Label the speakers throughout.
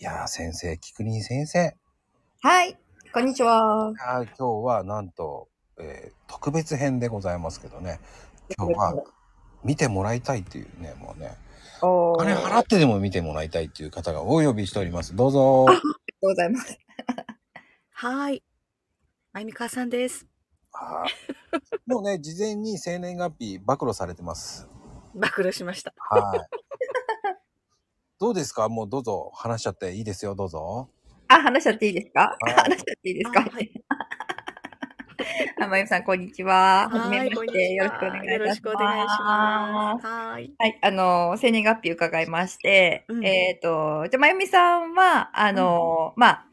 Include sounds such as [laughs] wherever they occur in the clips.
Speaker 1: いやー、先生、菊林先生。
Speaker 2: はい、こんにちは。
Speaker 1: あー今日はなんと、えー特別編でございますけどね。今日は見てもらいたいっていうね、もうね。
Speaker 2: お
Speaker 1: お
Speaker 2: ー
Speaker 1: 金払
Speaker 2: ありがと
Speaker 1: ってでも見てもらいたいっていう方がお呼びしております。どうぞ。
Speaker 2: うございます。
Speaker 3: はーい。あゆみかわさんです。
Speaker 1: あーもうね、事前に生年月日暴露されてます。
Speaker 3: 暴露しました。
Speaker 1: はい。どうですかもうどうぞ話しちゃっていいですよ、どうぞ。
Speaker 2: あ、話しちゃっていいですか
Speaker 1: はい
Speaker 2: 話しちゃっていいですか
Speaker 3: あ
Speaker 2: [laughs]
Speaker 3: はい。
Speaker 2: あまゆみさん、こんにちは。は
Speaker 3: は
Speaker 2: じめ
Speaker 3: ーい
Speaker 2: ま
Speaker 3: こん
Speaker 2: し
Speaker 3: に
Speaker 2: て、
Speaker 3: ち
Speaker 2: よろしくお願い
Speaker 3: は。
Speaker 2: い
Speaker 3: よ
Speaker 2: た
Speaker 3: ろ
Speaker 2: し
Speaker 3: しくお願いし
Speaker 2: ま。
Speaker 3: ますす。はーい。
Speaker 2: はい、あの、生年月日伺いまして、
Speaker 3: うん
Speaker 2: えっ、と、じゃあ、まゆみさんは、あの、まあ、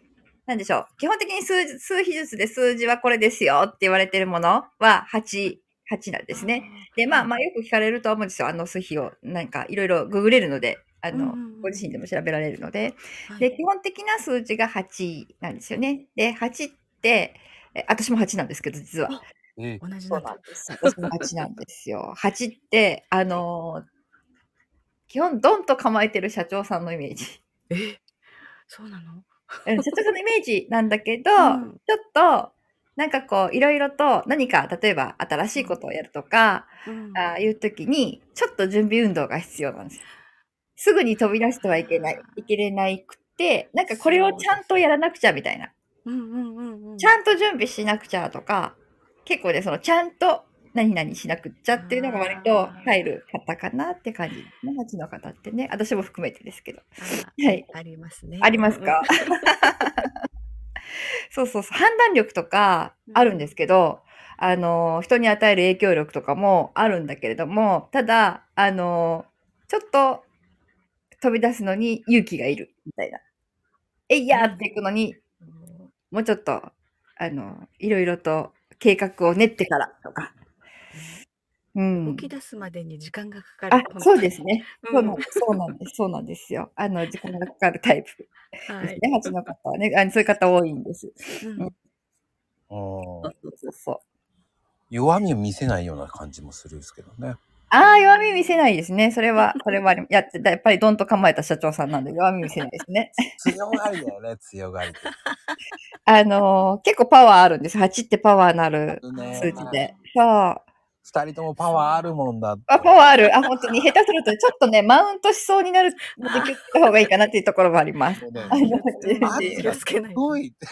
Speaker 2: なんでしょう。基本的に数字数比術で数字はこれですよって言われてるものは8、8なんですね。で、まあ、まあ、よく聞かれると思うんですよ。あの数比を、なんか、いろいろググれるので、あ
Speaker 3: あ
Speaker 2: の、ご自身でも調べられるので、
Speaker 3: 身
Speaker 2: で、基本的な数字が8なんですよね。で、8って、え私も8なんですけど、実は。
Speaker 3: [laughs]
Speaker 1: え
Speaker 3: 同じ
Speaker 2: そ
Speaker 3: な
Speaker 2: うんな
Speaker 3: だ
Speaker 2: ん。です。私も8なんですよ。8って、あのー基本、ドンと構えてる社長さんのイメージ。
Speaker 3: え、そうなの？
Speaker 2: うん社長さんのイメージなんだけど、
Speaker 3: うん
Speaker 2: ちょっと、なんかこう、いろいろと何か、例えば新しいことをやるとか、
Speaker 3: うん
Speaker 2: ああいう時に、ちょっと準備運動が必要なんですよ。すぐに飛び出してはいけない、いけれないくて、なんかこれをちゃんとやらなくちゃみたいな。
Speaker 3: うんうんうんうん。
Speaker 2: ちゃんと準備しなくちゃとか、結構ね、そのちゃんと何々しなくっちゃっていうのが割と入る方かなって感じですね。8の方ってね。私も含めてですけど。
Speaker 3: あ
Speaker 2: はい。
Speaker 3: ありますね。
Speaker 2: ありますか [laughs] そうそうそう。判断力とかあるんですけど、あの、人に与える影響力とかもあるんだけれども、ただ、あの、ちょっと飛び出すのに勇気がいるみたいな。えいやーっていくのに
Speaker 3: うん？
Speaker 2: もうちょっと、あの、いろいろと計画を練ってからとか。うん
Speaker 3: 動。き出すまでに時間がかか
Speaker 2: あ
Speaker 3: る。、本当
Speaker 2: そう
Speaker 3: に
Speaker 2: です。ね。
Speaker 3: う
Speaker 2: そうんなんです。そうなんです。そうなんですよ。あの、時間がかかるタイプ
Speaker 3: は
Speaker 2: です
Speaker 3: い。
Speaker 2: ね。蜂の方はね、あのそういう方多いんです。
Speaker 3: うん
Speaker 1: ー
Speaker 2: そうそうそう。
Speaker 1: 弱みを見せないような感じもするんですけどね。
Speaker 2: ああ、弱み見せないですね。それは、 [laughs] それはあり、やって、やっぱりドンと構えた社長さんなんで弱み見せないですね。 [laughs]
Speaker 1: 強がりだよね、強がりって。
Speaker 2: あのー結構パワーあるんです。8ってパワーのある
Speaker 1: ね
Speaker 2: 数字で。そう。あ、
Speaker 1: 二人ともパワーあるもんだって。
Speaker 2: パワーある。あ、本当に下手するとちょっとね、マウントしそうになる、できた方がいいかなっていうところもあります。
Speaker 1: もうね
Speaker 2: あの
Speaker 1: マジ
Speaker 3: 気をつけない
Speaker 1: す
Speaker 3: と。
Speaker 1: ごいって。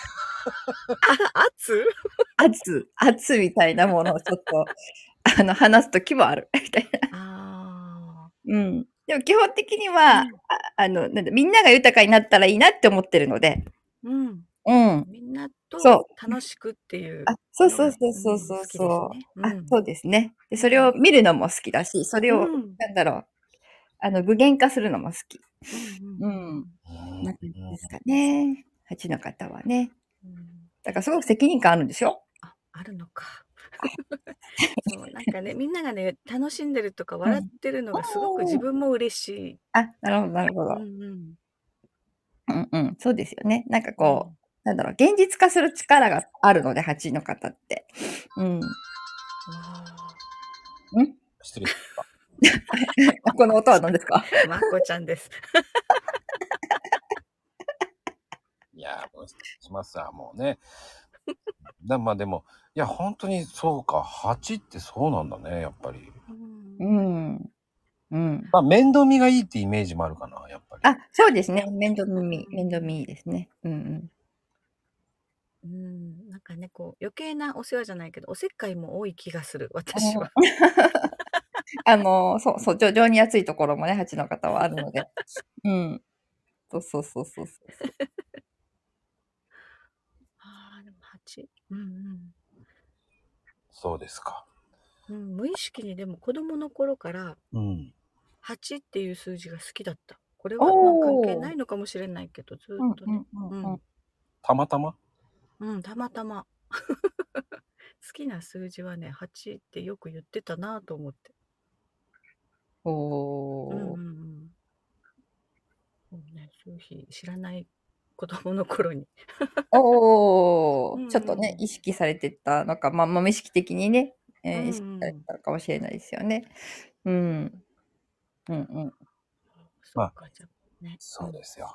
Speaker 3: あ、圧？
Speaker 2: 圧、圧みたいなものをちょっと、 [laughs] あの、話すときもある、みたいな。
Speaker 3: あ
Speaker 2: うん。でも基本的には、
Speaker 3: う
Speaker 2: あ
Speaker 3: ん
Speaker 2: あの、なんだ、みんなが豊かになったらいいなって思ってるので、
Speaker 3: ー。うん。
Speaker 2: うん。
Speaker 3: みんなと
Speaker 2: そ
Speaker 3: 楽しくっていう。
Speaker 2: あ、そうそうそうそうそうそう。
Speaker 3: うん。好きで
Speaker 2: あ
Speaker 3: すね、
Speaker 2: そうですね。で、それを見るのも好きだし、それ
Speaker 3: う
Speaker 2: を、
Speaker 3: んうん
Speaker 2: なんだろう、あの、具現化するのも好き。
Speaker 3: うん
Speaker 2: うん。
Speaker 1: うん
Speaker 2: なんていうんですかね。8の方はね。
Speaker 3: うん
Speaker 2: だからすごく責任感あるんでしょ
Speaker 3: ああるのか。
Speaker 2: [laughs]
Speaker 3: そうなんかねみんながね楽しんでるとか笑ってるのがすご
Speaker 2: おー
Speaker 3: く自分も嬉しい。
Speaker 2: あ、なるほど、なるほ
Speaker 3: う
Speaker 2: ど。
Speaker 3: んうん
Speaker 2: うんうん。そうですよね。なんかこう、なんだろう、現実化する力があるので、8の方って。うん。 [laughs]
Speaker 3: わ
Speaker 1: 失礼しま
Speaker 2: この音は何ですか
Speaker 3: ーまこちゃんです。
Speaker 1: す。いやー、もう失礼しますわ、もうね。だまあでも、いや、本当にそうか、8ってそうなんだね、やっぱり。
Speaker 2: う
Speaker 3: うん
Speaker 2: ん。うん。
Speaker 1: まあ、面倒見がいいってイメージもあるかな、やっぱり。
Speaker 2: あ、そうですね。面倒見、面倒見いいですね。うん
Speaker 3: うんなんかねこう余計なお世話じゃないけどおせっかいも多い気がする
Speaker 2: うん。
Speaker 3: 私は。
Speaker 2: [laughs] あの、そうそう、情情に熱いところもね、8の方はあるの
Speaker 3: [laughs]
Speaker 2: で。うん。そうそうそうそうそう。
Speaker 3: あーでも八うんうん
Speaker 1: そうですか。
Speaker 3: うん、無意識にでも子供の頃から
Speaker 1: うん。
Speaker 3: 8っていう数字が好きだった。これはまあ関係
Speaker 2: おー
Speaker 3: ないのかもしれないけどず
Speaker 2: うん
Speaker 3: っと
Speaker 2: う
Speaker 3: ね。
Speaker 2: んうんうん。
Speaker 1: たまたま
Speaker 3: うん、たまたま。 [laughs] 好きな数字はね、8ってよく言ってたなと思って。
Speaker 2: お
Speaker 3: うんうん
Speaker 2: ー。
Speaker 3: うん。そうね、そういう日、知らない子供の
Speaker 2: [laughs]
Speaker 3: 頃に。
Speaker 2: お
Speaker 3: うんう
Speaker 2: ー。
Speaker 3: ん
Speaker 2: ちょっとね、意識されてたのか、まあ、まあ、無意識的にね、えー、
Speaker 3: うんうん
Speaker 2: 意識されてたのかもしれないですよね。うん。うんうん。
Speaker 3: そ
Speaker 1: まあ
Speaker 3: っか、じゃあね。
Speaker 1: そうですよ。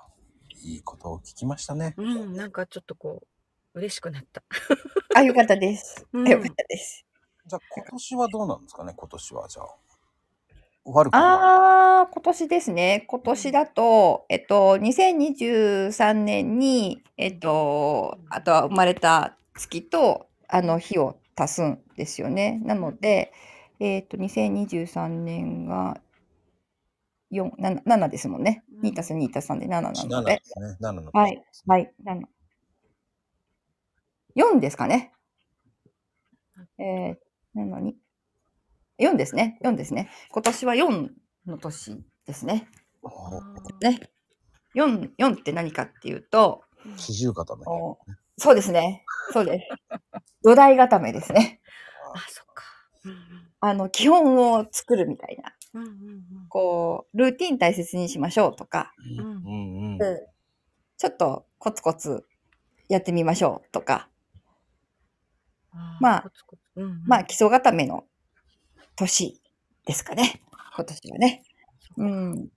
Speaker 1: いいことを聞きましたね。
Speaker 3: うん、なんかちょっとこう、嬉しく
Speaker 2: [laughs]
Speaker 3: なった。
Speaker 2: あ、よかったです。
Speaker 3: うん
Speaker 2: よかったです。
Speaker 1: じゃあ今年はどうなんですかね今年はじゃあ。悪くない。
Speaker 2: ああ、今年ですね。今年だと、えっと、2023年に、えっと、あとは生まれた月と、あの、日を足すんですよね。なので、えっと、2023年が、4、7, 7ですもんね。2たす2たす3で7な
Speaker 1: 7
Speaker 2: の
Speaker 1: で
Speaker 2: で。
Speaker 1: すね。7の。
Speaker 2: はい、はい、7。4ですかね。えー、なのに。4ですね。4ですね。今年は4の年ですね。
Speaker 1: お
Speaker 2: ね。4、4って何かっていうと、
Speaker 1: 四十肩ね。
Speaker 2: おそうですね。そうです。土台固めですね。
Speaker 3: あ、そっか。うん
Speaker 2: あの、基本を作るみたいな。
Speaker 3: うんうん
Speaker 2: こう、ルーティン大切にしましょうとか、
Speaker 1: う
Speaker 3: うん
Speaker 1: うん。
Speaker 3: ん
Speaker 2: ちょっとコツコツやってみましょうとか、まあ
Speaker 3: コツコツうんうん
Speaker 2: まあ、基礎固めの年ですかね。今年はね。うん。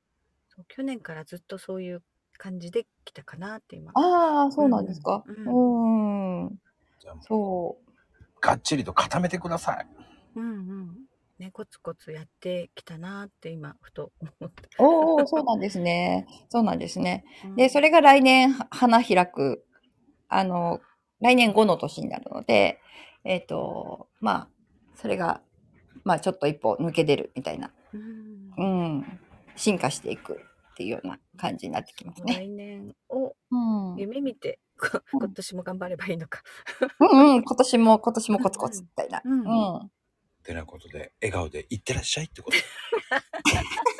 Speaker 3: そう去年からずっとそういう感じで来たかなって今。
Speaker 2: ああ、そうなんですか。う
Speaker 3: うん
Speaker 2: ーん。
Speaker 1: じゃあ
Speaker 2: そ
Speaker 1: がっちりと固めてください。
Speaker 3: うんうん。ね、コツコツやってきたなって今、ふと思った。
Speaker 2: う。おお、 [laughs] そうなんですね。そうなんですね。で、そ
Speaker 3: れ、
Speaker 2: れが来年、は花開く、あの、来年後の年になるので、えっ、と、まあ、それが、まあ、ちょっと一歩抜け出るみたいな、
Speaker 3: うん
Speaker 2: うん、進化していくっていうような感じになってきますね。
Speaker 3: 来年を
Speaker 2: うん、うん、
Speaker 3: 夢見て、こ今年も頑張ればいいのか。
Speaker 2: うん、今年も、今年もコツコツみたいな。
Speaker 3: うん
Speaker 2: うん。
Speaker 1: てなことで、笑顔 [laughs] でいってらっしゃいってこと。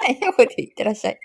Speaker 2: はい、よくでいってらっしゃい。